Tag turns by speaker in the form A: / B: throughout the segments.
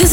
A: this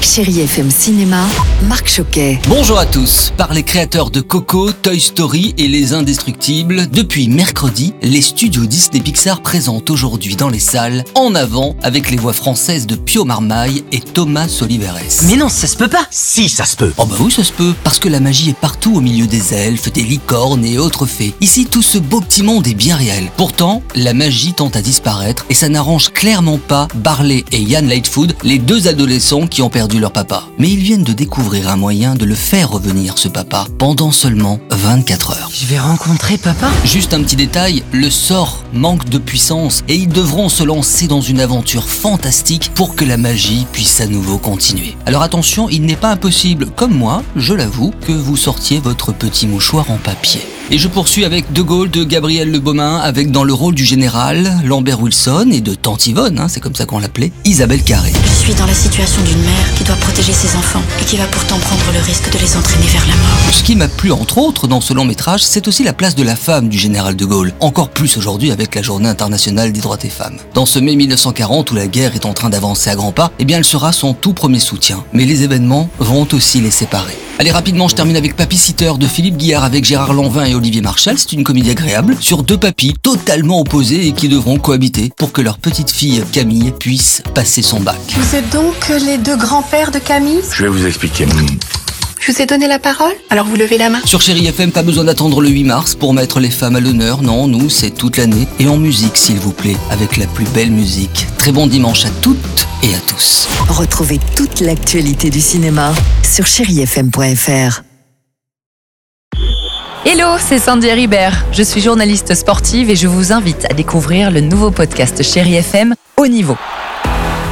B: Chérie FM Cinéma, Marc Choquet.
C: Bonjour à tous. Par les créateurs de Coco, Toy Story et Les Indestructibles, depuis mercredi, les studios Disney Pixar présentent aujourd'hui dans les salles En avant avec les voix françaises de Pio Marmaille et Thomas Oliveres.
D: Mais non, ça se peut pas.
E: Si, ça se peut.
C: Oh bah oui, ça se peut, parce que la magie est partout au milieu des elfes, des licornes et autres fées. Ici, tout ce beau petit monde est bien réel. Pourtant, la magie tente à disparaître et ça n'arrange clairement pas Barley et Ian Lightfoot, les deux adolescents qui ont perdu leur papa. Mais ils viennent de découvrir un moyen de le faire revenir, ce papa, pendant seulement 24 heures.
D: Je vais rencontrer papa.
C: Juste un petit détail, le sort manque de puissance et ils devront se lancer dans une aventure fantastique pour que la magie puisse à nouveau continuer. Alors attention, il n'est pas impossible, comme moi, je l'avoue, que vous sortiez votre petit mouchoir en papier. Et je poursuis avec De Gaulle de Gabriel Le Beaumain, avec dans le rôle du général Lambert Wilson et de Tante Yvonne, hein, c'est comme ça qu'on l'appelait, Isabelle Carré.
F: Je suis dans la situation d'une mère qui doit protéger ses enfants et qui va pourtant prendre le risque de les entraîner vers la mort.
C: Ce qui m'a plu entre autres dans ce long métrage, c'est aussi la place de la femme du général de Gaulle, encore plus aujourd'hui avec la journée internationale des droits des femmes. Dans ce mai 1940 où la guerre est en train d'avancer à grands pas, eh bien elle sera son tout premier soutien. Mais les événements vont aussi les séparer. Allez rapidement, je termine avec Papy Sitter de Philippe Guillard avec Gérard Lanvin et Olivier Marchal. C'est une comédie agréable sur deux papis totalement opposés et qui devront cohabiter pour que leur petite fille Camille puisse passer son bac.
G: Vous êtes donc les deux grands-pères de Camille
E: Je vais vous expliquer.
G: Je vous ai donné la parole Alors vous levez la main.
C: Sur Chéri FM, pas besoin d'attendre le 8 mars pour mettre les femmes à l'honneur. Non, nous, c'est toute l'année. Et en musique, s'il vous plaît, avec la plus belle musique. Très bon dimanche à toutes et à tous.
B: Retrouvez toute l'actualité du cinéma sur chérifm.fr.
H: Hello, c'est Sandy Ribert. Je suis journaliste sportive et je vous invite à découvrir le nouveau podcast Chéri FM Haut Niveau.